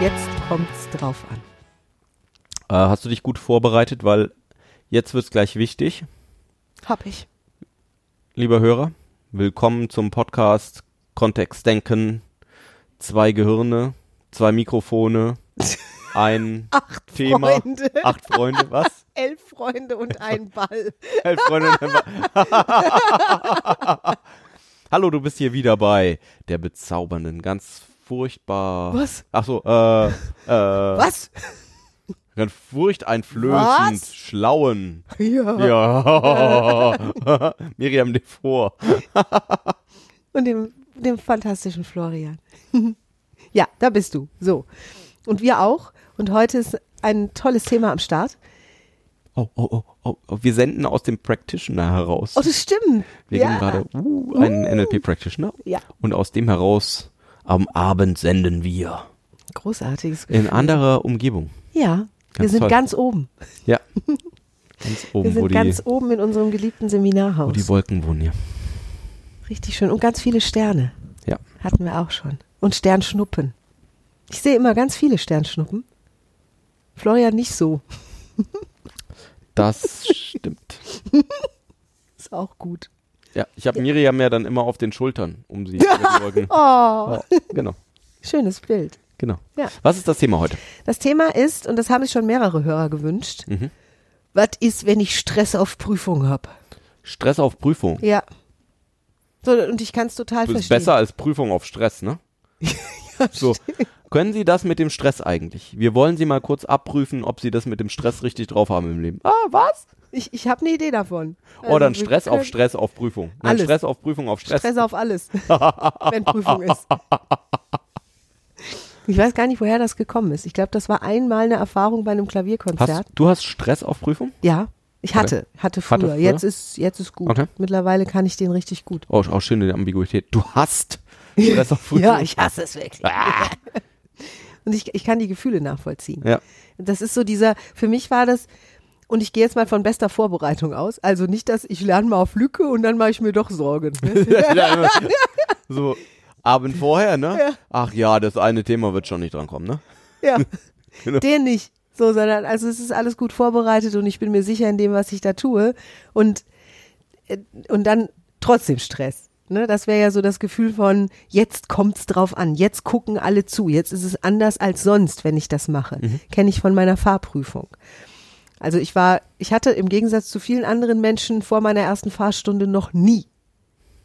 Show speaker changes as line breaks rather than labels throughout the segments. Jetzt kommt's drauf an.
Äh, hast du dich gut vorbereitet, weil jetzt wird's gleich wichtig,
Hab ich.
lieber Hörer. Willkommen zum Podcast Kontextdenken. Zwei Gehirne, zwei Mikrofone, ein
Acht
Thema,
Freunde,
acht Freunde, was?
elf Freunde und ein Ball.
Elf Freunde. und ein Ba- Hallo, du bist hier wieder bei der bezaubernden, ganz furchtbar.
Was?
Ach so, äh, äh,
Was?
ganz furchteinflößend,
Was?
schlauen.
Ja.
Ja. Miriam Devor.
Und dem, dem fantastischen Florian. ja, da bist du. So. Und wir auch. Und heute ist ein tolles Thema am Start.
Oh, oh, oh, oh, oh. Wir senden aus dem Practitioner heraus.
Oh, das stimmt.
Wir
ja.
geben gerade uh, einen NLP-Practitioner.
Ja.
Und aus dem heraus am Abend senden wir.
Großartiges Gefühl.
In anderer Umgebung.
Ja. Wir
Ganz
sind
toll.
ganz oben.
Ja. Ganz oben,
Wir
wo,
sind
die,
ganz oben in unserem geliebten
wo
Seminarhaus.
die Wolken wohnen. Ja.
Richtig schön. Und ganz viele Sterne.
ja.
Hatten wir auch schon. Und Sternschnuppen. Ich sehe immer ganz viele Sternschnuppen. Florian nicht so.
Das stimmt.
Ist auch gut.
Ja, ich habe Miriam ja dann immer auf den Schultern, um sie über die Wolken.
Oh,
Ja, genau,
schönes Bild.
genau.
Ja.
Was ist das Thema heute?
Das Thema ist, und das haben sich schon mehrere Hörer gewünscht,
Mhm.
was ist, wenn ich Stress auf Prüfung habe?
Stress auf Prüfung.
Ja. So, und ich kann es total
Das ist
verstehen.
besser als Prüfung auf Stress, ne? so. Können Sie das mit dem Stress eigentlich? Wir wollen Sie mal kurz abprüfen, ob Sie das mit dem Stress richtig drauf haben im Leben. Ah, was?
Ich, ich habe eine Idee davon. Also,
Oder ein
wir
Stress auf
können-
Stress auf Prüfung. Nein,
Alles.
Stress auf Prüfung auf Stress.
Stress auf alles, wenn Prüfung ist. Ich weiß gar nicht, woher das gekommen ist. Ich glaube, das war einmal eine Erfahrung bei einem Klavierkonzert.
Hast, du hast Stress auf Prüfung?
Ja, ich hatte, hatte früher.
Hatte früher?
Jetzt ist jetzt ist gut.
Okay.
Mittlerweile kann ich den richtig gut.
Oh, auch schöne Ambiguität. Du hast Stress auf Prüfung.
Ja, ich hasse es wirklich.
Ah,
Und ich, ich kann die Gefühle nachvollziehen.
ja.
Das ist so dieser, für mich war das, und ich gehe jetzt mal von bester Vorbereitung aus. Also nicht, dass ich lerne mal auf Lücke und dann mache ich mir doch Sorgen. Ne?
so Abend vorher, ne? Ach ja, das eine Thema wird schon nicht drankommen, ne?
ja,
Genau.
den nicht. So, sondern also es ist alles gut vorbereitet und ich bin mir sicher in dem, was ich da tue. Und, äh, und dann trotzdem Stress. Ne, das wäre ja so das Gefühl von, jetzt kommt's drauf an, jetzt gucken alle zu, jetzt ist es anders als sonst, wenn ich das mache. Kenne ich von meiner Fahrprüfung. Also ich war, ich hatte im Gegensatz zu vielen anderen Menschen vor meiner ersten Fahrstunde noch nie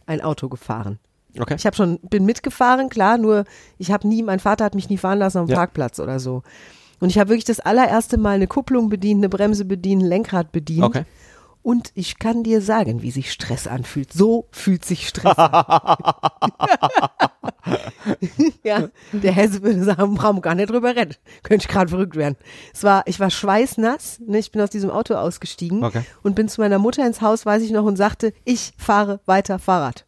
ein Auto gefahren.
Okay.
Ich habe schon bin mitgefahren, klar, nur ich habe nie, mein Vater hat mich nie fahren lassen am
Ja.
Parkplatz oder so. Und ich habe wirklich das allererste Mal eine Kupplung bedient, eine Bremse bedient, ein Lenkrad bedient.
Okay.
Und ich kann dir sagen, wie sich Stress anfühlt. So fühlt sich Stress an. ja, der Hesse würde sagen, brauchen wir gar nicht drüber reden. Könnte ich gerade verrückt werden. Es war, ich war schweißnass, ne? ich bin aus diesem Auto ausgestiegen
Okay.
und bin zu meiner Mutter ins Haus, weiß ich noch, und sagte, ich fahre weiter Fahrrad.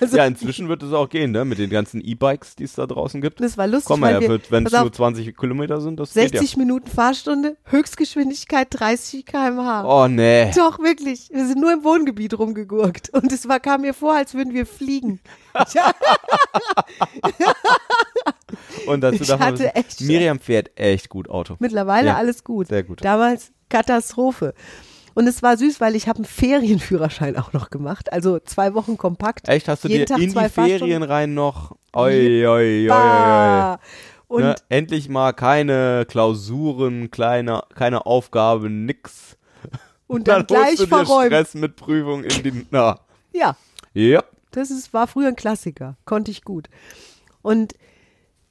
also
ja, inzwischen wird es auch gehen, ne? Mit den ganzen E-Bikes, die es da draußen gibt.
Das war lustig,
Komm
weil
mal,
wir-
ja, wenn es
pass auf.
nur 20 Kilometer sind, das geht
60 Minuten Fahrstunde, Höchstgeschwindigkeit 30 km/h.
ja. Oh nee.
Doch, wirklich. Wir sind nur im Wohngebiet rumgegurkt. Und es war, kam mir vor, als würden wir fliegen. Tja,
Und dazu
Ich
darf man
hatte
wissen,
echt-
Miriam fährt echt gut Auto.
mittlerweile
Ja,
alles gut.
sehr gut.
Damals Katastrophe. Und es war süß, weil ich habe einen Ferienführerschein auch noch gemacht. Also zwei Wochen kompakt.
Echt, hast du
Jeden
dir
Tag
in
zwei
die Ferien
Fahrstunden.
rein noch. Oi, oi, oi, oi, oi.
Bah! Und
Ne? Endlich mal keine Klausuren, kleine, keine Aufgaben, nix.
Und dann gleich
holst du dir
verräumt.
Stress mit Prüfung in die. Na.
ja,
Ja.
Das ist, war früher ein Klassiker, konnte ich gut. Und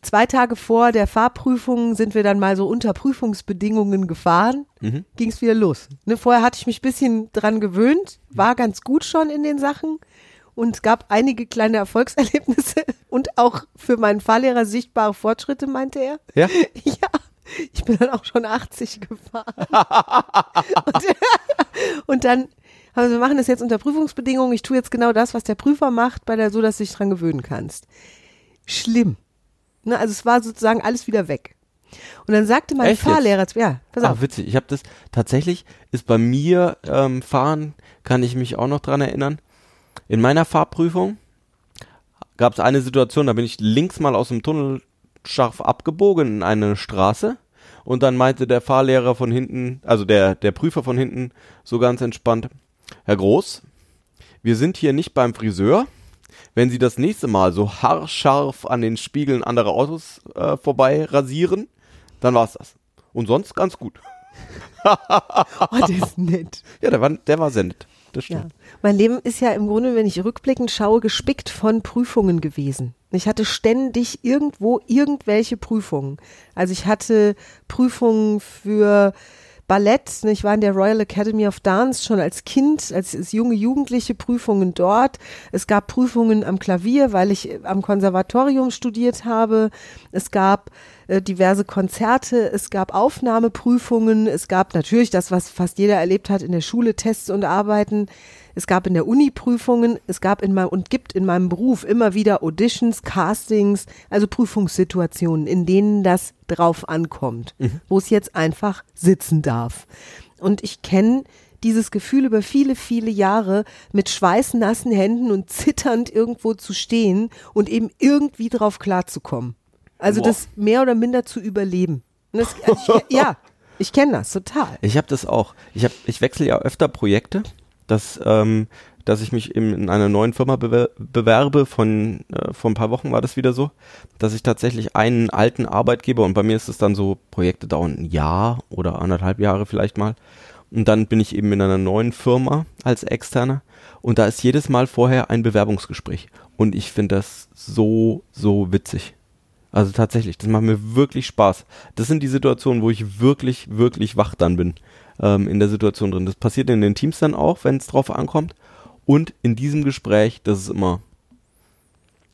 zwei Tage vor der Fahrprüfung sind wir dann mal so unter Prüfungsbedingungen gefahren, ging's ging es wieder los. Ne, vorher hatte ich mich ein bisschen dran gewöhnt, war ganz gut schon in den Sachen und es gab einige kleine Erfolgserlebnisse und auch für meinen Fahrlehrer sichtbare Fortschritte, meinte er.
Ja.
Ja, ich bin dann auch schon 80 gefahren. und, und dann haben wir, wir machen das jetzt unter Prüfungsbedingungen. Ich tue jetzt genau das, was der Prüfer macht, bei der, so dass du dich dran gewöhnen kannst. Schlimm. Ne, also es war sozusagen alles wieder weg. Und dann sagte mein
Echt jetzt?
Fahrlehrer, zu- ja, pass
Ah,
auf,
witzig. Ich habe das tatsächlich ist bei mir ähm, fahren kann ich mich auch noch dran erinnern. In meiner Fahrprüfung gab es eine Situation, da bin ich links mal aus dem Tunnel scharf abgebogen in eine Straße. Und dann meinte der Fahrlehrer von hinten, also der, der Prüfer von hinten, so ganz entspannt, Herr Groß, wir sind hier nicht beim Friseur. Wenn Sie das nächste Mal so haarscharf an den Spiegeln anderer Autos äh, vorbei rasieren, dann war's das. Und sonst ganz gut.
Oh,
Ah,
das ist nett.
Ja, der war, der war sendet. Das stimmt.
Ja. Mein Leben ist ja im Grunde, wenn ich rückblickend schaue, gespickt von Prüfungen gewesen. Ich hatte ständig irgendwo irgendwelche Prüfungen. Also ich hatte Prüfungen für Ballett. ne, Ich war in der Royal Academy of Dance schon als Kind, als, als junge Jugendliche Prüfungen dort. Es gab Prüfungen am Klavier, weil ich äh, am Konservatorium studiert habe. Es gab äh, diverse Konzerte, es gab Aufnahmeprüfungen, es gab natürlich das, was fast jeder erlebt hat in der Schule, Tests und Arbeiten. Es gab in der Uni Prüfungen, es gab in meinem und gibt in meinem Beruf immer wieder Auditions, Castings, also Prüfungssituationen, in denen das drauf ankommt, wo es jetzt einfach sitzen darf. Und ich kenne dieses Gefühl über viele, viele Jahre mit schweißnassen Händen und zitternd irgendwo zu stehen und eben irgendwie drauf klarzukommen. Also
Boah.
das mehr oder minder zu überleben. Und das, also ich, ja, ich kenne das total.
Ich habe das auch. Ich, hab, ich wechsle ja öfter Projekte, dass, ähm, dass ich mich im- in einer neuen Firma bewer bewerbe. Von, äh, vor ein paar Wochen war das wieder so, dass ich tatsächlich einen alten Arbeitgeber, und bei mir ist es dann so, Projekte dauern ein Jahr oder anderthalb Jahre vielleicht mal. Und dann bin ich eben in einer neuen Firma als Externer. Und da ist jedes Mal vorher ein Bewerbungsgespräch. Und ich finde das so, so witzig. Also tatsächlich, das macht mir wirklich Spaß. Das sind die Situationen, wo ich wirklich, wirklich wach dann bin. Ähm, in der Situation drin. Das passiert in den Teams dann auch, wenn es drauf ankommt. Und in diesem Gespräch, das ist immer.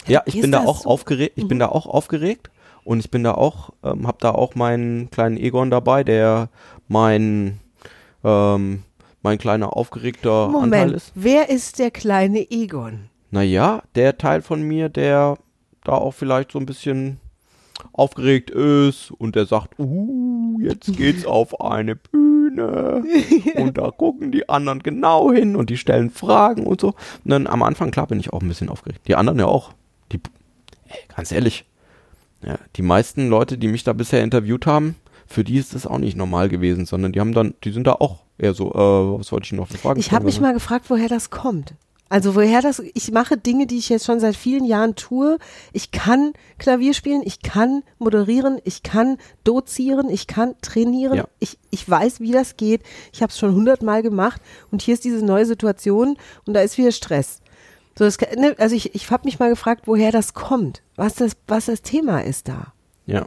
Ja, ich
Ist
bin da
das
auch
so? Mhm.
aufgeregt. Ich bin da auch aufgeregt und ich bin da auch, ähm, habe da auch meinen kleinen Egon dabei, der mein ähm, mein kleiner aufgeregter Anteil
Moment,
ist.
wer ist der kleine Egon?
Naja, der Teil von mir, der da auch vielleicht so ein bisschen aufgeregt ist und der sagt, uh, jetzt geht's auf eine Bühne und da gucken die anderen genau hin und die stellen Fragen und so. Und dann am Anfang, klar, bin ich auch ein bisschen aufgeregt. Die anderen ja auch. Die, ey, ganz ehrlich, ja, die meisten Leute, die mich da bisher interviewt haben, für die ist das auch nicht normal gewesen, sondern die haben dann, die sind da auch eher so, äh, was wollte ich noch für Fragen
Ich habe mich
stellen?
mal gefragt, woher das kommt. Also woher das, ich mache Dinge, die ich jetzt schon seit vielen Jahren tue. Ich kann Klavier spielen, ich kann moderieren, ich kann dozieren, ich kann trainieren.
Ja.
Ich, ich weiß, wie das geht. Ich habe es schon hundertmal gemacht und hier ist diese neue Situation und da ist wieder Stress. So, das, kann- ne, also ich, ich habe mich mal gefragt, woher das kommt, was das, was das Thema ist da.
Ja.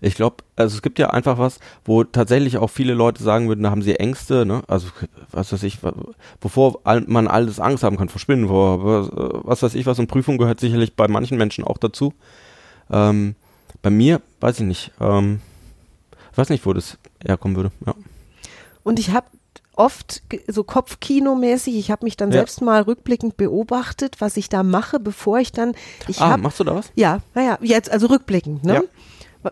Ich glaube, also es gibt ja einfach was, wo tatsächlich auch viele Leute sagen würden, da haben sie Ängste, ne? Also was weiß ich, wa- wovor all- man alles Angst haben kann, vor Spinnen, vor was- was weiß ich was und Prüfung gehört sicherlich bei manchen Menschen auch dazu. Ähm, bei mir, weiß ich nicht, ähm, weiß nicht, wo das herkommen würde. Ja.
Und ich habe oft ge- so Kopfkino-mäßig, ich habe mich dann
Ja.
selbst mal rückblickend beobachtet, was ich da mache, bevor ich dann, ich
ah,
habe,
machst du da was?
ja, naja, jetzt also rückblickend, ne?
Ja.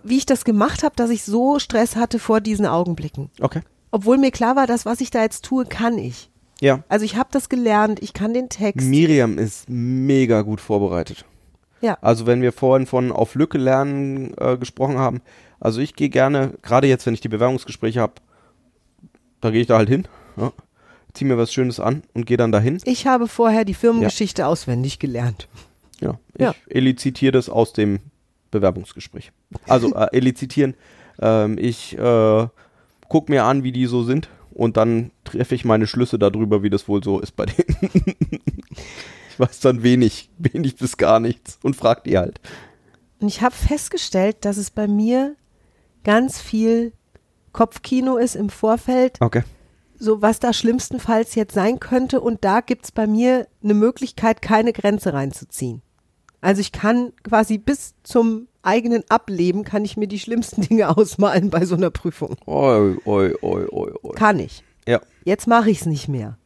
Wie ich das gemacht habe, dass ich so Stress hatte vor diesen Augenblicken.
Okay.
Obwohl mir klar war, das, was ich da jetzt tue, kann ich.
Ja.
Also ich habe das gelernt, ich kann den Text.
Miriam ist mega gut vorbereitet.
ja.
Also wenn wir vorhin von auf Lücke lernen äh, gesprochen haben, also ich gehe gerne, gerade jetzt, wenn ich die Bewerbungsgespräche habe, da gehe ich da halt hin, ja, ziehe mir was Schönes an und gehe dann dahin.
Ich habe vorher die Firmengeschichte auswendig gelernt.
Ja, ich
Ja.
elizitiere das aus dem Bewerbungsgespräch. Also äh, elizitieren, ähm, ich äh, gucke mir an, wie die so sind und dann treffe ich meine Schlüsse darüber, wie das wohl so ist bei denen. ich weiß dann wenig, wenig bis gar nichts und frag die halt.
Und ich habe festgestellt, dass es bei mir ganz viel Kopfkino ist im Vorfeld
Okay.
so was da schlimmstenfalls jetzt sein könnte und da gibt's bei mir eine Möglichkeit, keine Grenze reinzuziehen. Also ich kann quasi bis zum eigenen Ableben, kann ich mir die schlimmsten Dinge ausmalen bei so einer Prüfung.
Oi, oi, oi, oi, oi.
Kann ich.
Ja.
Jetzt mache ich's nicht mehr,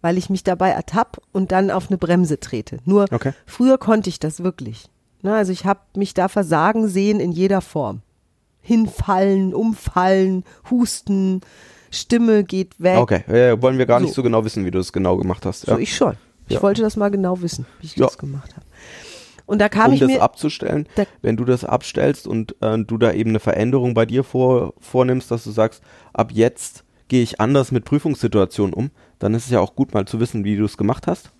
weil ich mich dabei ertapp und dann auf eine Bremse trete. Nur
Okay.
früher konnte ich das wirklich. Na, also ich habe mich da versagen sehen in jeder Form. Hinfallen, umfallen, husten, Stimme geht weg.
Okay, ja, ja, wollen wir gar nicht
Äh, So.
so genau wissen, wie du das genau gemacht hast.
So,
Ja.
ich schon. Ich
Ja.
wollte das mal genau wissen, wie ich
Ja.
das gemacht habe. Und da kam
um
ich
das
mir,
abzustellen.
Da-
wenn du das abstellst und äh, du da eben eine Veränderung bei dir vor, vornimmst, dass du sagst, ab jetzt gehe ich anders mit Prüfungssituationen um, dann ist es ja auch gut mal zu wissen, wie du es gemacht hast,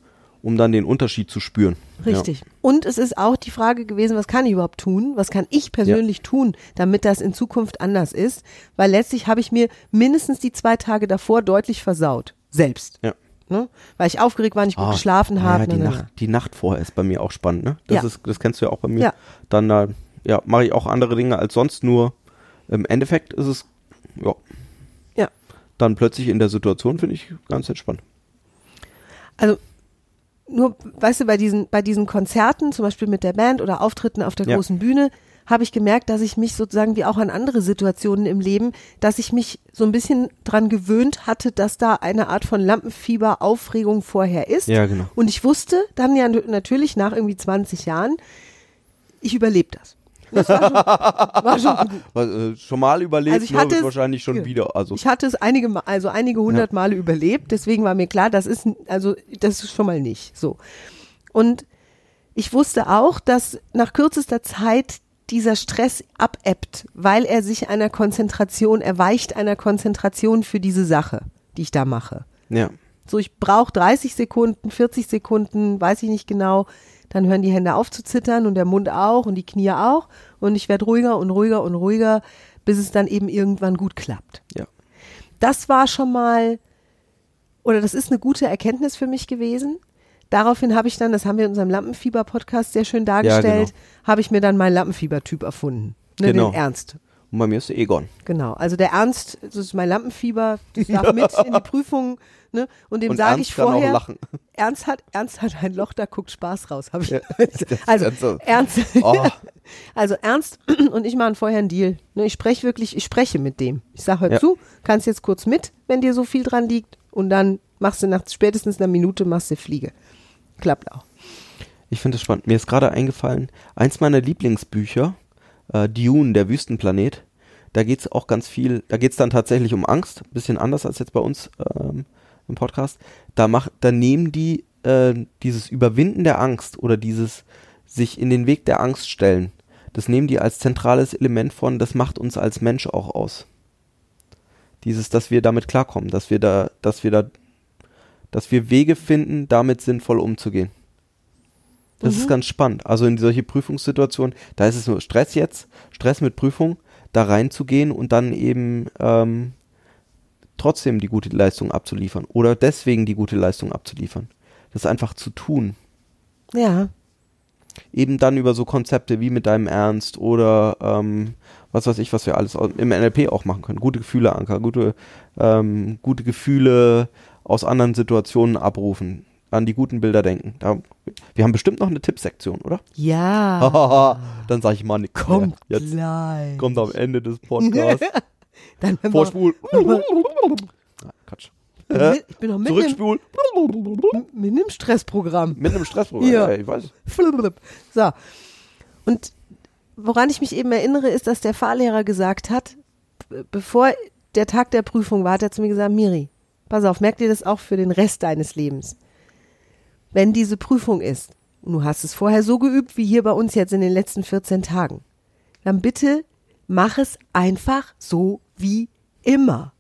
um dann den Unterschied zu spüren.
Richtig. Und es ist auch die Frage gewesen, was kann ich überhaupt tun? Was kann ich persönlich tun, damit das in Zukunft anders ist? Weil letztlich habe ich mir mindestens die zwei Tage davor deutlich versaut. Selbst.
Ja. ja.
Ne? Weil ich aufgeregt war, nicht gut
Ah,
geschlafen
ja,
habe.
die,
ne, ne, ne.
Nacht, die Nacht vorher ist bei mir auch spannend, ne? Das,
Ja.
ist, das kennst du ja auch bei mir.
Ja.
Dann äh, ja, mache ich auch andere Dinge als sonst, nur im Endeffekt ist es, ja,
Ja.
dann plötzlich in der Situation, finde ich ganz entspannt.
Also nur, weißt du, bei diesen, bei diesen Konzerten, zum Beispiel mit der Band oder Auftritten auf der
Ja.
großen Bühne, habe ich gemerkt, dass ich mich sozusagen wie auch an andere Situationen im Leben, dass ich mich so ein bisschen dran gewöhnt hatte, dass da eine Art von Lampenfieber, Aufregung vorher ist.
Ja, genau.
Und ich wusste dann ja natürlich nach irgendwie 20 Jahren, ich überlebe das. Das war schon, war schon gut.
Weil, äh, schon mal überlebt,
Also ich
nur
hatte es-
wahrscheinlich schon
Ja.
wieder. Also
Ich hatte es einige, Ma- also einige hundert Male überlebt, deswegen war mir klar, das ist, n- also, das ist schon mal nicht so. Und ich wusste auch, dass nach kürzester Zeit dieser Stress abebbt, weil er sich einer Konzentration, er weicht einer Konzentration für diese Sache, die ich da mache.
ja.
So, ich brauche 30 Sekunden, 40 Sekunden, weiß ich nicht genau. Dann hören die Hände auf zu zittern und der Mund auch und die Knie auch. Und ich werde ruhiger und ruhiger und ruhiger, bis es dann eben irgendwann gut klappt.
Ja.
Das war schon mal, oder das ist eine gute Erkenntnis für mich gewesen. Daraufhin habe ich dann, das haben wir in unserem Lampenfieber-Podcast sehr schön dargestellt, habe ich mir dann meinen Lampenfieber-Typ erfunden. Ne,
Genau.
Den Ernst.
Und bei mir ist Egon.
Genau. Also der Ernst, das ist mein Lampenfieber, das darf mit in die Prüfung. Ne? Und dem
Und
sage
Ernst
ich
kann
vorher,
auch lachen.
Ernst hat, Ernst hat ein Loch, da guckt Spaß raus. Hab ich.
Ja,
also,
das- das-
Ernst,
Oh.
also Ernst und ich machen vorher einen Deal. Ne, Ich spreche wirklich, ich spreche mit dem. Ich sage, hör
Ja.
zu, kannst jetzt kurz mit, wenn dir so viel dran liegt. Und dann machst du nach spätestens einer Minute machst du Fliege. Klappt auch.
Ich finde es spannend. Mir ist gerade eingefallen, eins meiner Lieblingsbücher, äh, Dune, der Wüstenplanet, da geht es auch ganz viel, da geht es dann tatsächlich um Angst, bisschen anders als jetzt bei uns ähm, im Podcast. Da, mach, da nehmen die äh, dieses Überwinden der Angst oder dieses sich in den Weg der Angst stellen, das nehmen die als zentrales Element von, das macht uns als Mensch auch aus. Dieses, dass wir damit klarkommen, dass wir da, dass wir da, dass wir Wege finden, damit sinnvoll umzugehen. Das ist ganz spannend. Also in solche Prüfungssituationen, da ist es nur Stress jetzt, Stress mit Prüfung, da reinzugehen und dann eben ähm, trotzdem die gute Leistung abzuliefern oder deswegen die gute Leistung abzuliefern. Das einfach zu tun.
Ja,
Eben dann über so Konzepte wie mit deinem Ernst oder ähm, was weiß ich, was wir alles au- im NLP auch machen können. Gute Gefühle, Anker, gute, ähm, gute Gefühle aus anderen Situationen abrufen. An die guten Bilder denken. Da, wir haben bestimmt noch eine Tippsektion, oder?
ja.
Hahaha, dann sage ich mal nichts.
Kommt
mehr. Jetzt
gleich.
kommt am Ende des Podcasts.
Dann, wenn wir-
Vorspul. Ah, Quatsch.
ich bin mit- ich bin noch mitten im,
Zurückspul.
mitten im Stressprogramm.
Mit einem Stressprogramm.
Ja.
Ja. ich weiß.
Flubblub. So. Und woran ich mich eben erinnere, ist, dass der Fahrlehrer gesagt hat, b- äh, bevor der Tag der Prüfung war, hat er zu mir gesagt, Miri, pass auf, merk dir das auch für den Rest deines Lebens. Wenn diese Prüfung ist, und du hast es vorher so geübt wie hier bei uns jetzt in den letzten 14 Tagen, dann bitte mach es einfach so wie immer.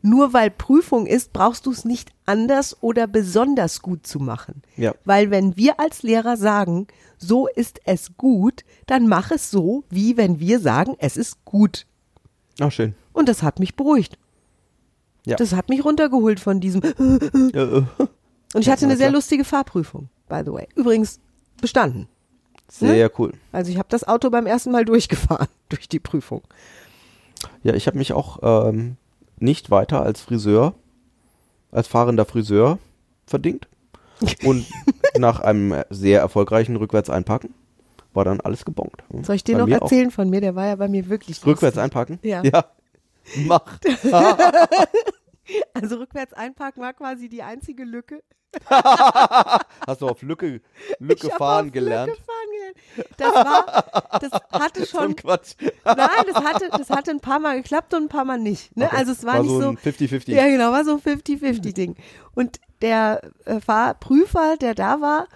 Nur weil Prüfung ist, brauchst du es nicht anders oder besonders gut zu machen.
Ja.
Weil wenn wir als Lehrer sagen, so ist es gut, dann mach es so, wie wenn wir sagen, es ist gut.
Ach, schön.
Und das hat mich beruhigt.
Ja.
Das hat mich runtergeholt von diesem. Und
Äh, äh,
ich hatte
na
eine sehr
klar.
lustige Fahrprüfung, by the way. Übrigens bestanden.
Sehr cool.
Also ich habe das Auto beim ersten Mal durchgefahren durch die Prüfung.
Ja, ich habe mich auch ähm, nicht weiter als Friseur, als fahrender Friseur verdingt. Und nach einem sehr erfolgreichen Rückwärts einpacken war dann alles gebongt.
Soll ich dir
Bei
noch
mir auch.
erzählen von mir? Der war ja bei mir wirklich lustig.
Rückwärts einpacken?
Ja.
ja. Mach.
Also rückwärts einparken war quasi die einzige Lücke.
Hast du auf Lücke,
Ich
Lücke
hab
fahren
auf
gelernt?
Lücke fahren gelernt. Das war, das hatte
So ein
schon
Quatsch.
Nein, das hatte, das hatte ein paar Mal geklappt und ein paar Mal nicht. Ne?
Okay.
Also es war, nicht
so
so.
ein 50-50.
Ja, genau, war so ein 50-50-Ding. Und der äh, Fahrprüfer, der da war,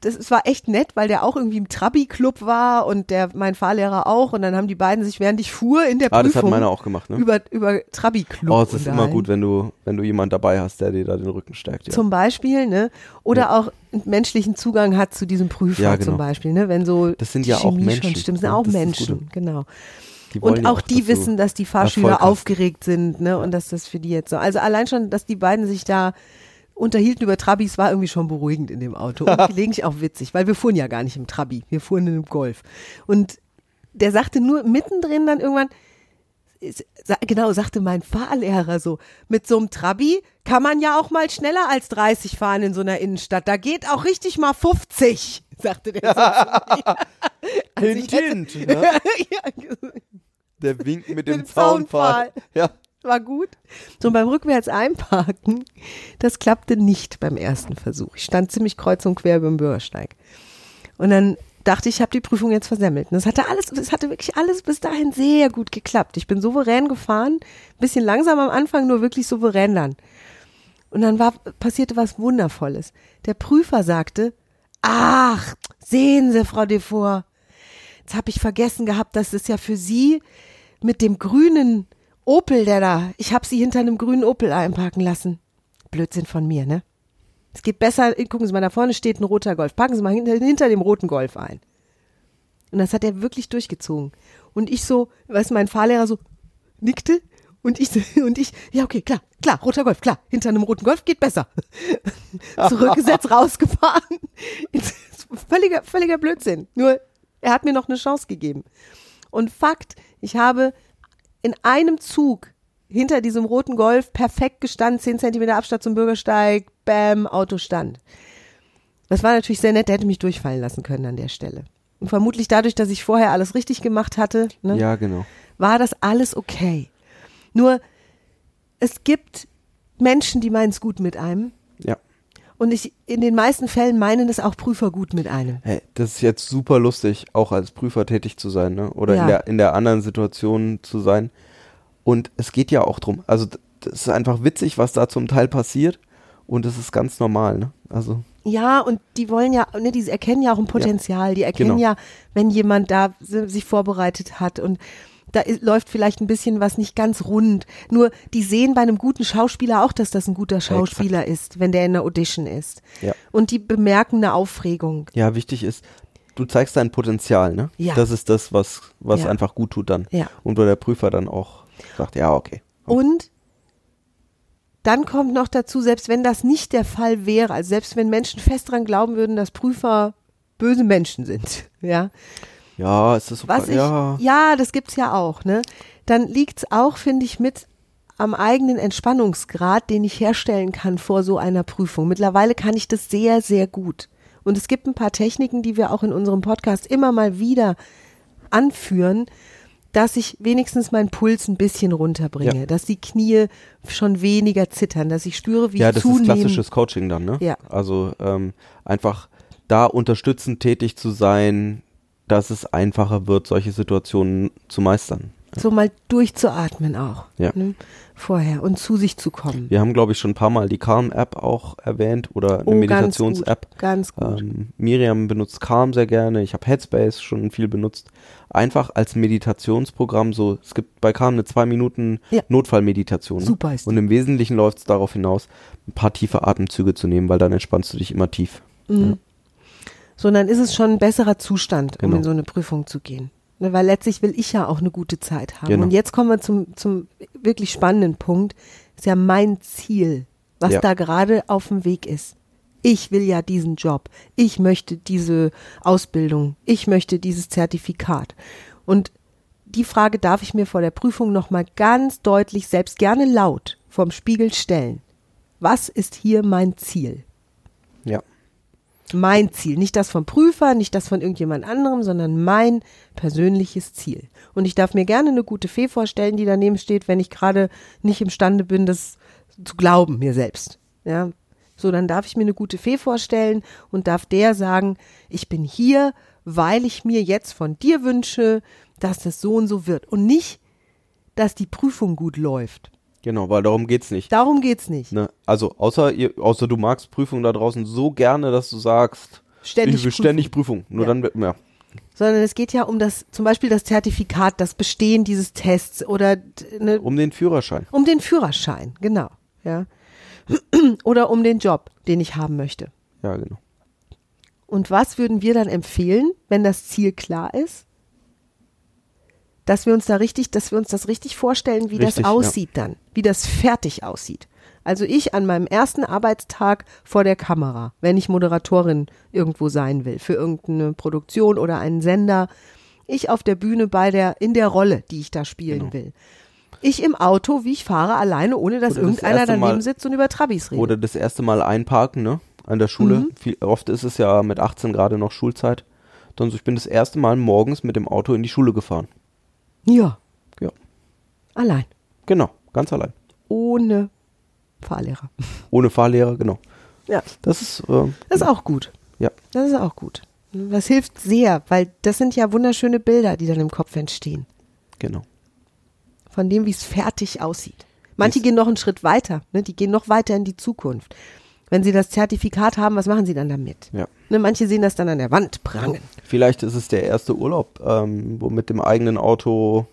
das es war echt nett, weil der auch irgendwie im Trabi-Club war und der mein Fahrlehrer auch und dann haben die beiden sich während ich fuhr in der
Ah, das hat
Prüfung
meiner auch gemacht, ne?
über über Trabi-Club
Oh, es ist immer
unterhalten.
gut, wenn du, wenn du jemanden dabei hast, der dir da den Rücken stärkt. Ja.
Zum Beispiel, ne? Oder auch einen menschlichen Zugang hat zu diesem Prüfer
Ja, genau.
zum Beispiel, ne? Wenn so
Das sind
die
ja auch
Chemie schon
Menschen,
stimmt, sind
ne?
auch
Das ist das
Menschen, genau.
Die wollen
Und
ja
auch die
dass du-
wissen, dass die
Erfolg
Fahrschüler
hast.
aufgeregt sind, ne? Und dass das für die jetzt so. Also allein schon, dass die beiden sich da unterhielten über Trabis, war irgendwie schon beruhigend in dem Auto. Und gelegentlich auch witzig, weil wir fuhren ja gar nicht im Trabi, wir fuhren in einem Golf. Und der sagte nur mittendrin dann irgendwann, ist- sa- genau, sagte mein Fahrlehrer so, mit so einem Trabi kann man ja auch mal schneller als 30 fahren in so einer Innenstadt. Da geht auch richtig mal 50, sagte der. So zu mir.
Hint,
ich hätte-
hint, ne?
ja,
Der winkt mit dem
dem
Zaunpfahl. Ja.
war gut. So, und beim rückwärts einparken, das klappte nicht beim ersten Versuch. Ich stand ziemlich kreuz und quer über dem Bürgersteig. Und dann dachte ich, ich habe die Prüfung jetzt versemmelt. Und das hatte alles, das hatte wirklich alles bis dahin sehr gut geklappt. Ich bin souverän gefahren, ein bisschen langsam am Anfang, nur wirklich souverän dann. Und dann war, passierte was Wundervolles. Der Prüfer sagte, ach, sehen Sie, Frau Devor, jetzt habe ich vergessen gehabt, dass es ja für Sie mit dem grünen Opel, der da, ich habe Sie hinter einem grünen Opel einparken lassen. Blödsinn von mir, ne? Es geht besser, gucken Sie mal, da vorne steht ein roter Golf. Packen Sie mal hinter, hinter dem roten Golf ein. Und das hat er wirklich durchgezogen. Und ich so, weißt du, mein Fahrlehrer so nickte und ich, so- und ich, ja, okay, klar, klar, roter Golf, klar, hinter einem roten Golf geht besser. Zurückgesetzt, rausgefahren. völliger, völliger Blödsinn. Nur, er hat mir noch eine Chance gegeben. Und Fakt, ich habe in einem Zug hinter diesem roten Golf perfekt gestanden, 10 Zentimeter Abstand zum Bürgersteig, bam, Auto stand. Das war natürlich sehr nett, der hätte mich durchfallen lassen können an der Stelle. Und vermutlich dadurch, dass ich vorher alles richtig gemacht hatte, ne,
ja, genau.
war das alles okay. Nur, es gibt Menschen, die meinen es gut mit einem.
Ja.
Und ich, in den meisten Fällen meinen es auch Prüfer gut mit einem.
Hey, das ist jetzt super lustig, auch als Prüfer tätig zu sein, ne? Oder
Ja.
in, der, in der anderen Situation zu sein. Und es geht ja auch drum. Also, d- das ist einfach witzig, was da zum Teil passiert. Und das ist ganz normal, ne? Also,
Ja, und die wollen ja, ne, die erkennen ja auch ein Potenzial, die erkennen
Genau.
ja, wenn jemand da si- sich vorbereitet hat und da i- läuft vielleicht ein bisschen was nicht ganz rund. Nur die sehen bei einem guten Schauspieler auch, dass das ein guter Schauspieler ist, wenn der in der Audition ist.
Ja.
Und die bemerken eine Aufregung.
ja, wichtig ist, du zeigst dein Potenzial, ne?
Ja.
Das ist das, was, was
Ja.
einfach gut tut dann.
Ja.
Und wo der Prüfer dann auch sagt, ja, okay.
Und dann kommt noch dazu, selbst wenn das nicht der Fall wäre, also selbst wenn Menschen fest dran glauben würden, dass Prüfer böse Menschen sind, ja,
Ja, es ist super.
Was ich,
ja.
ja. das gibt's ja auch, ne? Dann liegt's auch, finde ich, mit am eigenen Entspannungsgrad, den ich herstellen kann vor so einer Prüfung. Mittlerweile kann ich das sehr, sehr gut. Und es gibt ein paar Techniken, die wir auch in unserem Podcast immer mal wieder anführen, dass ich wenigstens meinen Puls ein bisschen runterbringe,
Ja.
dass die Knie schon weniger zittern, dass ich spüre, wie
ja,
ich
das ist
zunehmend
klassisches Coaching dann, ne?
Ja.
Also ähm, einfach da unterstützend tätig zu sein, dass es einfacher wird, solche Situationen zu meistern.
so mal durchzuatmen auch
Ja.
ne, vorher und zu sich zu kommen.
Wir haben, glaube ich, schon ein paar Mal die Calm-App auch erwähnt oder eine
Oh,
Meditations-App.
Ganz gut. Ganz gut.
Ähm, Miriam benutzt Calm sehr gerne. Ich habe Headspace schon viel benutzt. Einfach als Meditationsprogramm so. Es gibt bei Calm eine zwei Minuten
Ja.
Notfallmeditation. ne?
Super ist die.
Und im Wesentlichen läuft es darauf hinaus, ein paar tiefe Atemzüge zu nehmen, weil dann entspannst du dich immer tief.
Mhm. sondern ist es schon ein besserer Zustand, um
Genau.
in so eine Prüfung zu gehen. Ne, weil letztlich will ich ja auch eine gute Zeit haben.
Genau.
Und jetzt kommen wir zum, zum wirklich spannenden Punkt. Ist ja mein Ziel, was
Ja.
da gerade auf dem Weg ist. Ich will ja diesen Job. Ich möchte diese Ausbildung. Ich möchte dieses Zertifikat. Und die Frage darf ich mir vor der Prüfung nochmal ganz deutlich, selbst gerne laut, vorm Spiegel stellen. Was ist hier mein Ziel?
Ja.
mein Ziel, nicht das vom Prüfer, nicht das von irgendjemand anderem, sondern mein persönliches Ziel. Und ich darf mir gerne eine gute Fee vorstellen, die daneben steht, wenn ich gerade nicht imstande bin, das zu glauben, mir selbst. Ja. So, dann darf ich mir eine gute Fee vorstellen und darf der sagen, ich bin hier, weil ich mir jetzt von dir wünsche, dass das so und so wird. Und nicht, dass die Prüfung gut läuft.
Genau, weil darum geht's nicht.
Darum geht's nicht.
Ne? Also außer, ihr, außer du magst Prüfungen da draußen so gerne, dass du sagst,
ständig,
Ich- ständig Prüfung. Nur
Ja.
dann, ja.
prüfen, sondern es geht ja um das, zum Beispiel das Zertifikat, das Bestehen dieses Tests oder d- ne,
Um den Führerschein.
um den Führerschein, genau, ja. Oder um den Job, den ich haben möchte.
Ja, genau.
Und was würden wir dann empfehlen, wenn das Ziel klar ist? Dass wir uns da richtig, dass wir uns das richtig vorstellen, wie
Richtig,
das
ja.
aussieht dann, wie das fertig aussieht. Also ich an meinem ersten Arbeitstag vor der Kamera, wenn ich Moderatorin irgendwo sein will, für irgendeine Produktion oder einen Sender, ich auf der Bühne bei der, in der Rolle, die ich da spielen
Genau.
will. Ich im Auto, wie ich fahre, alleine, ohne dass
Oder das
irgendeiner
erste
daneben
Mal-
sitzt und über Trabis redet.
Oder das erste Mal einparken, ne? An der Schule.
Mhm.
Viel, oft ist es ja mit 18 gerade noch Schulzeit. Dann so, ich bin das erste Mal morgens mit dem Auto in die Schule gefahren.
Ja,
Ja.
allein,
Genau. Ganz allein.
ohne Fahrlehrer.
Ohne Fahrlehrer, genau.
Ja.
Das ist, ähm,
Das ist auch gut.
Ja.
Das ist auch gut. Das hilft sehr, weil das sind ja wunderschöne Bilder, die dann im Kopf entstehen,
genau.
von dem, wie es fertig aussieht. Manche
Ist-
gehen noch einen Schritt weiter, ne? die gehen noch weiter in die Zukunft. Wenn sie das Zertifikat haben, was machen sie dann damit?
Ja.
Ne? Manche sehen das dann an der Wand prangen.
Vielleicht ist es der erste Urlaub, ähm, wo mit dem eigenen Auto,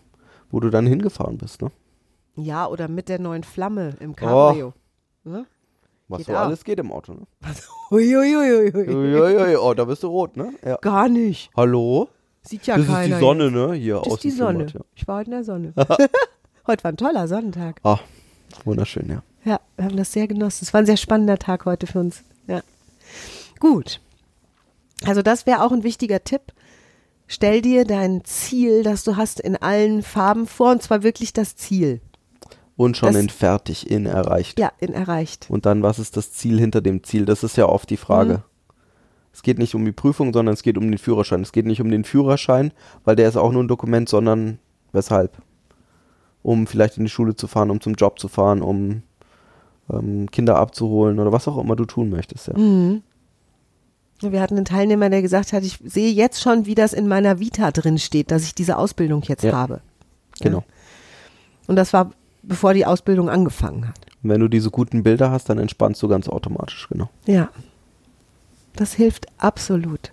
wo du dann hingefahren bist, ne?
Ja, oder mit der neuen Flamme
Oh.
im Cabrio. Ne?
Was
Geht
so
auch.
alles geht im Auto, ne?
Uiuiuiui.
Uiuiui, oh, da bist du rot, ne? Ja.
Gar nicht.
Hallo?
Sieht ja
das
keiner.
ist die
jetzt.
Sonne, ne? Hier
Das
aus
ist die
dem
Sonne.
Schwimmbad, ja.
Ich war heute in der Sonne. heute war ein toller Sonnentag.
Ah, wunderschön, ja.
Ja, wir haben das sehr genossen. Es war ein sehr spannender Tag heute für uns. Ja. Gut. Also das wäre auch ein wichtiger Tipp. Stell dir dein Ziel, das du hast, in allen Farben vor und zwar wirklich das Ziel.
Und schon
Das-
in fertig, in erreicht.
Ja, in erreicht.
Und dann, was ist das Ziel hinter dem Ziel? Das ist ja oft die Frage. Es geht nicht um die Prüfung, sondern es geht um den Führerschein. Es geht nicht um den Führerschein, weil der ist auch nur ein Dokument, sondern weshalb? Um vielleicht in die Schule zu fahren, um zum Job zu fahren, um ähm, Kinder abzuholen oder was auch immer du tun möchtest. Ja.
Wir hatten einen Teilnehmer, der gesagt hat, ich sehe jetzt schon, wie das in meiner Vita drin steht, dass ich diese Ausbildung jetzt
Ja.
habe.
Genau.
Und das war bevor die Ausbildung angefangen hat.
Und wenn du diese guten Bilder hast, dann entspannst du ganz automatisch. Genau.
Ja. Das hilft absolut.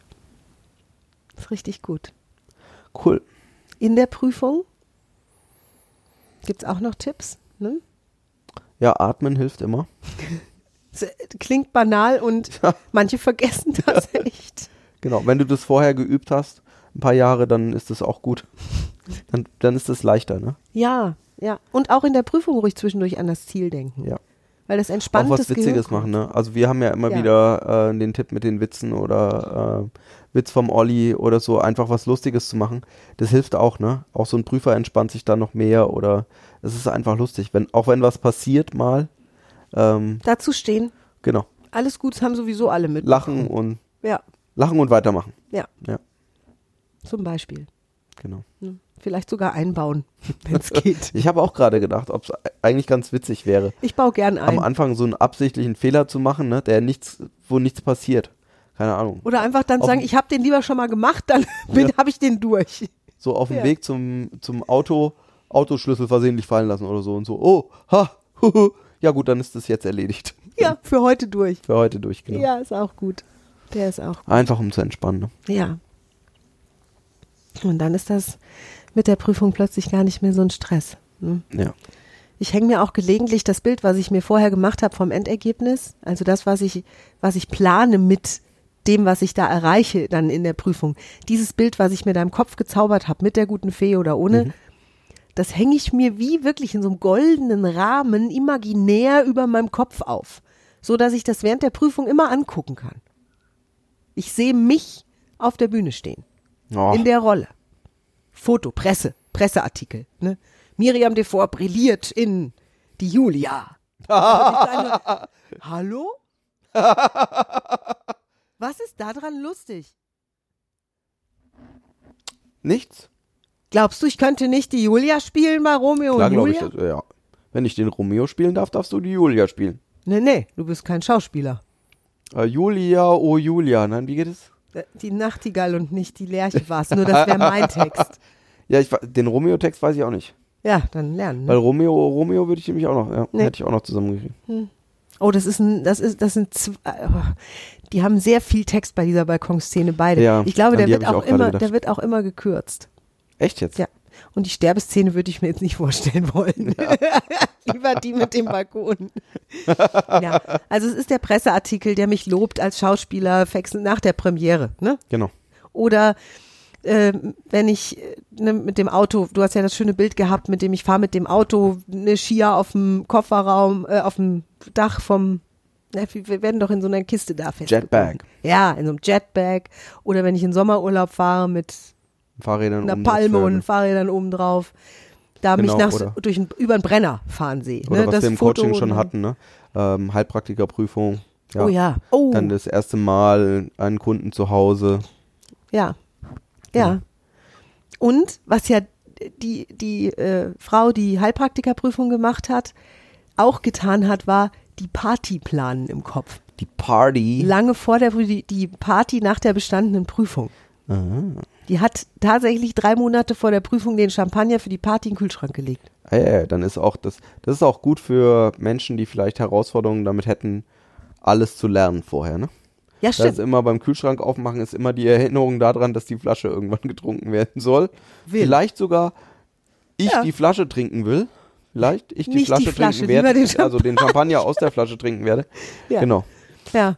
Ist richtig gut.
Cool.
in der Prüfung? Gibt es auch noch Tipps? Ne?
Ja, atmen hilft immer.
Es, äh, Klingt banal und
Ja.
manche vergessen das echt.
Genau, wenn du das vorher geübt hast, ein paar Jahre, dann ist das auch gut. Dann, dann ist das leichter, ne?
Ja, ja. Und auch in der Prüfung ruhig zwischendurch an das Ziel denken.
Ja.
Weil das entspannt
auch
das
was Witziges
Gehirn.
machen, ne? Also wir haben ja immer
Ja.
wieder äh, den Tipp mit den Witzen oder äh, Witz vom Olli oder so, einfach was Lustiges zu machen. Das hilft auch, ne? Auch so ein Prüfer entspannt sich dann noch mehr oder es ist einfach lustig. Wenn, auch wenn was passiert mal, ähm,
Dazu stehen.
genau,
Alles Gutes haben sowieso alle mit.
lachen und
Ja,
lachen und weitermachen.
ja.
Ja.
Zum Beispiel.
Genau.
Ne? Vielleicht sogar einbauen, wenn es geht.
Ich habe auch gerade gedacht, ob es eigentlich ganz witzig wäre.
Ich baue gern
am
ein.
Anfang so einen absichtlichen Fehler zu machen, ne, der nichts, wo nichts passiert. Keine Ahnung.
Oder einfach dann
Auf-
sagen, ich habe den lieber schon mal gemacht, dann bin habe ich den durch.
So auf dem
Ja.
Weg zum, zum Auto, Autoschlüssel versehentlich fallen lassen oder so und so. Oh, ha, huhu. Ja gut, dann ist das jetzt erledigt.
Ja, für heute durch.
Für heute durch, genau.
Ja, ist auch gut. Der ist auch
Einfach um zu entspannen. Ne?
Ja. Und dann ist das mit der Prüfung plötzlich gar nicht mehr so ein Stress. ne?
Ja.
Ich hänge mir auch gelegentlich das Bild, was ich mir vorher gemacht habe vom Endergebnis, also das, was ich, was ich plane mit dem, was ich da erreiche, dann in der Prüfung. Dieses Bild, was ich mir da im Kopf gezaubert habe, mit der guten Fee oder ohne, das hänge ich mir wie wirklich in so einem goldenen Rahmen imaginär über meinem Kopf auf, so dass ich das während der Prüfung immer angucken kann. Ich sehe mich auf der Bühne stehen
Oh,
in der Rolle. Foto, Presse, Presseartikel. Ne? Miriam Devor brilliert in die Julia. Und ich dann nur, Hallo? Was ist daran lustig?
nichts?
Glaubst du, ich könnte nicht die Julia spielen bei Romeo
Klar
und
glaube ich
Julia?
das. Ja. Wenn ich den Romeo spielen darf, darfst du die Julia spielen.
Nee, nee, du bist kein Schauspieler.
Äh, Julia, oh Julia. Nein, wie geht es?
Äh, Die Nachtigall und nicht die Lerche war es. Nur das wäre mein Text.
Ja, ich, wa- den Romeo-Text weiß ich auch nicht.
Ja, dann lernen.
Weil
Ne?
Romeo, Romeo würde ich nämlich auch noch, ja,
Hm. Nee.
hätte ich auch noch zusammengekriegt.
Oh, das ist ein, das ist, das sind, zw- oh, die haben sehr viel Text bei dieser Balkonszene beide.
Ja,
ich glaube,
an
der
die
wird
hab ich
auch,
auch gerade
immer,
gedacht.
der wird auch immer gekürzt.
Echt jetzt?
Ja. Und die Sterbeszene würde ich mir jetzt nicht vorstellen wollen. Lieber die mit dem Balkon. ja. Also es ist der Presseartikel, der mich lobt als Schauspieler Faxen nach der Premiere, ne?
Genau.
Oder ähm, wenn ich äh, ne, mit dem Auto, du hast ja das schöne Bild gehabt, mit dem ich fahre mit dem Auto eine Skier auf dem Kofferraum, äh, auf dem Dach vom, na, wir wir werden doch in so einer Kiste da fest.
Jetbag.
Ja, in so einem Jetbag. Oder wenn ich in Sommerurlaub fahre mit
Fahrrädern
einer
um
Palme
Föhn.
und Fahrrädern oben drauf. Da
Genau,
mich nach,
oder-
durch einen, über einen Brenner fahren sehe.
Oder
ne?
was
das
wir im
Foto
Coaching schon
und-
hatten, ne? Ähm, Heilpraktikerprüfung.
Oh ja. Oh,
Dann das erste Mal einen Kunden zu Hause.
ja. Ja. Und was ja die, die äh, Frau, die Heilpraktikerprüfung gemacht hat, auch getan hat, war die Party planen im Kopf.
Die Party.
Lange vor der Prü- die, die Party nach der bestandenen Prüfung. Die hat tatsächlich drei Monate vor der Prüfung den Champagner für die Party in den Kühlschrank gelegt.
Ah, ja, ja, dann ist auch das, das ist auch gut für Menschen, die vielleicht Herausforderungen damit hätten, alles zu lernen vorher, ne?
Ja,
Das ist
stimmt.
immer beim Kühlschrank aufmachen, ist immer die Erinnerung daran, dass die Flasche irgendwann getrunken werden soll.
Will.
Vielleicht sogar ich
Ja.
die Flasche trinken will. Vielleicht ich die
Nicht die
Flasche
Flasche,
trinken werde.
lieber den
also den Champagner aus der Flasche trinken werde.
Ja.
Genau.
Ja.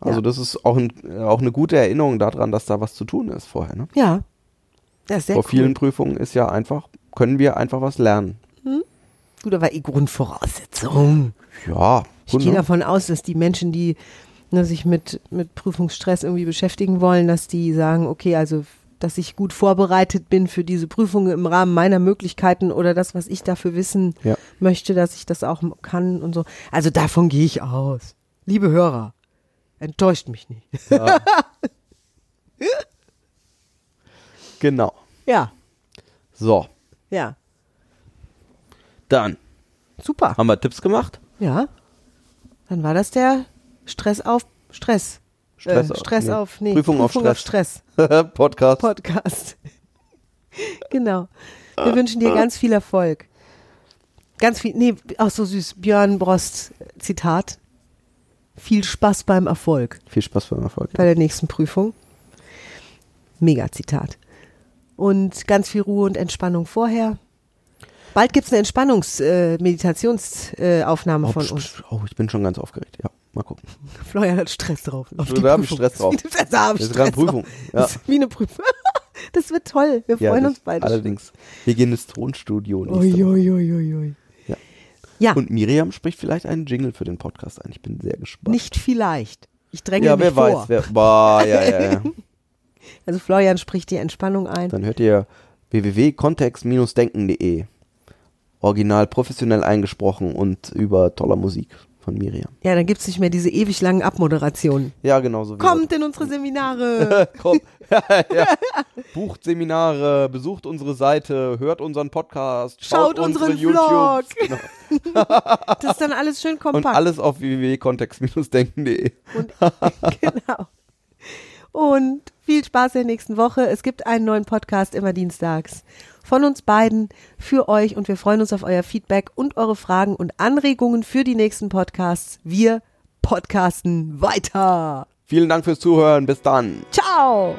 Also
Ja.
das ist auch, ein, äh, auch eine gute Erinnerung daran, dass da was zu tun ist vorher. Ne?
Ja. Das ist sehr
Vor
cool.
vielen Prüfungen ist ja einfach, können wir einfach was lernen.
Gut, aber eh Grundvoraussetzung.
Ja,
Ich
gut,
gehe
ne?
davon aus, dass die Menschen, die ne, sich mit, mit Prüfungsstress irgendwie beschäftigen wollen, dass die sagen, okay, also dass ich gut vorbereitet bin für diese Prüfungen im Rahmen meiner Möglichkeiten oder das, was ich dafür wissen
Ja.
möchte, dass ich das auch m- kann und so. Also davon gehe ich aus. Liebe Hörer, enttäuscht mich nicht.
genau.
Ja,
So,
ja,
dann
super.
haben wir Tipps gemacht.
Ja, dann war das der Stress auf Stress.
Stress
äh,
auf-
Stress
nee.
auf, nee,
Prüfung auf
Auf Stress.
Podcast.
Podcast. genau. Wir wünschen dir ganz viel Erfolg. Ganz viel, nee, auch so süß, Björn Brost, äh, Zitat. Viel Spaß beim Erfolg
Viel Spaß beim Erfolg.
bei der nächsten Prüfung. Mega Zitat. Und ganz viel Ruhe und Entspannung vorher. Bald gibt es eine Entspannungs-Meditationsaufnahme äh, Aufnahme
Oh,
von
pst,
uns.
pst, oh, ich bin schon ganz aufgeregt. Ja, mal gucken.
Florian hat Stress drauf. Auf
Da
die
hab ich
Prüfung.
Stress drauf.
Da hab ich
Das ist gerade
Stress drauf.
Prüfung. Ja.
Das ist wie eine Prüfung. Das wird toll. Wir
Ja,
freuen
das-
uns beide. schon. Oh
Allerdings, wir gehen ins Thronstudio. nächste Woche.
Uiuiuiui.
Ja.
Ja,
Und Miriam spricht vielleicht einen Jingle für den Podcast ein. Ich bin sehr gespannt.
nicht vielleicht. Ich dränge
ja,
mich
wer
vor.
weiß. Wer, bah, ja, ja, ja.
Also Florian spricht die Entspannung ein.
Dann hört ihr www.kontext-denken.de. Original professionell eingesprochen und über toller Musik von Miriam.
Ja, dann gibt's nicht mehr diese ewig langen Abmoderationen.
Ja, genau so wie
Kommt in unsere Seminare.
Komm. ja, ja. Bucht Seminare, besucht unsere Seite, hört unseren Podcast,
Schaut
schaut,
unseren
unsere
Vlog.
YouTube. Genau.
Das ist dann alles schön
Und
kompakt.
alles auf www.kontext-denken.de.
genau. Und viel Spaß in der nächsten Woche. Es gibt einen neuen Podcast immer dienstags von uns beiden für euch und wir freuen uns auf euer Feedback und eure Fragen und Anregungen für die nächsten Podcasts. Wir podcasten weiter.
Vielen Dank fürs Zuhören. Bis dann.
Ciao.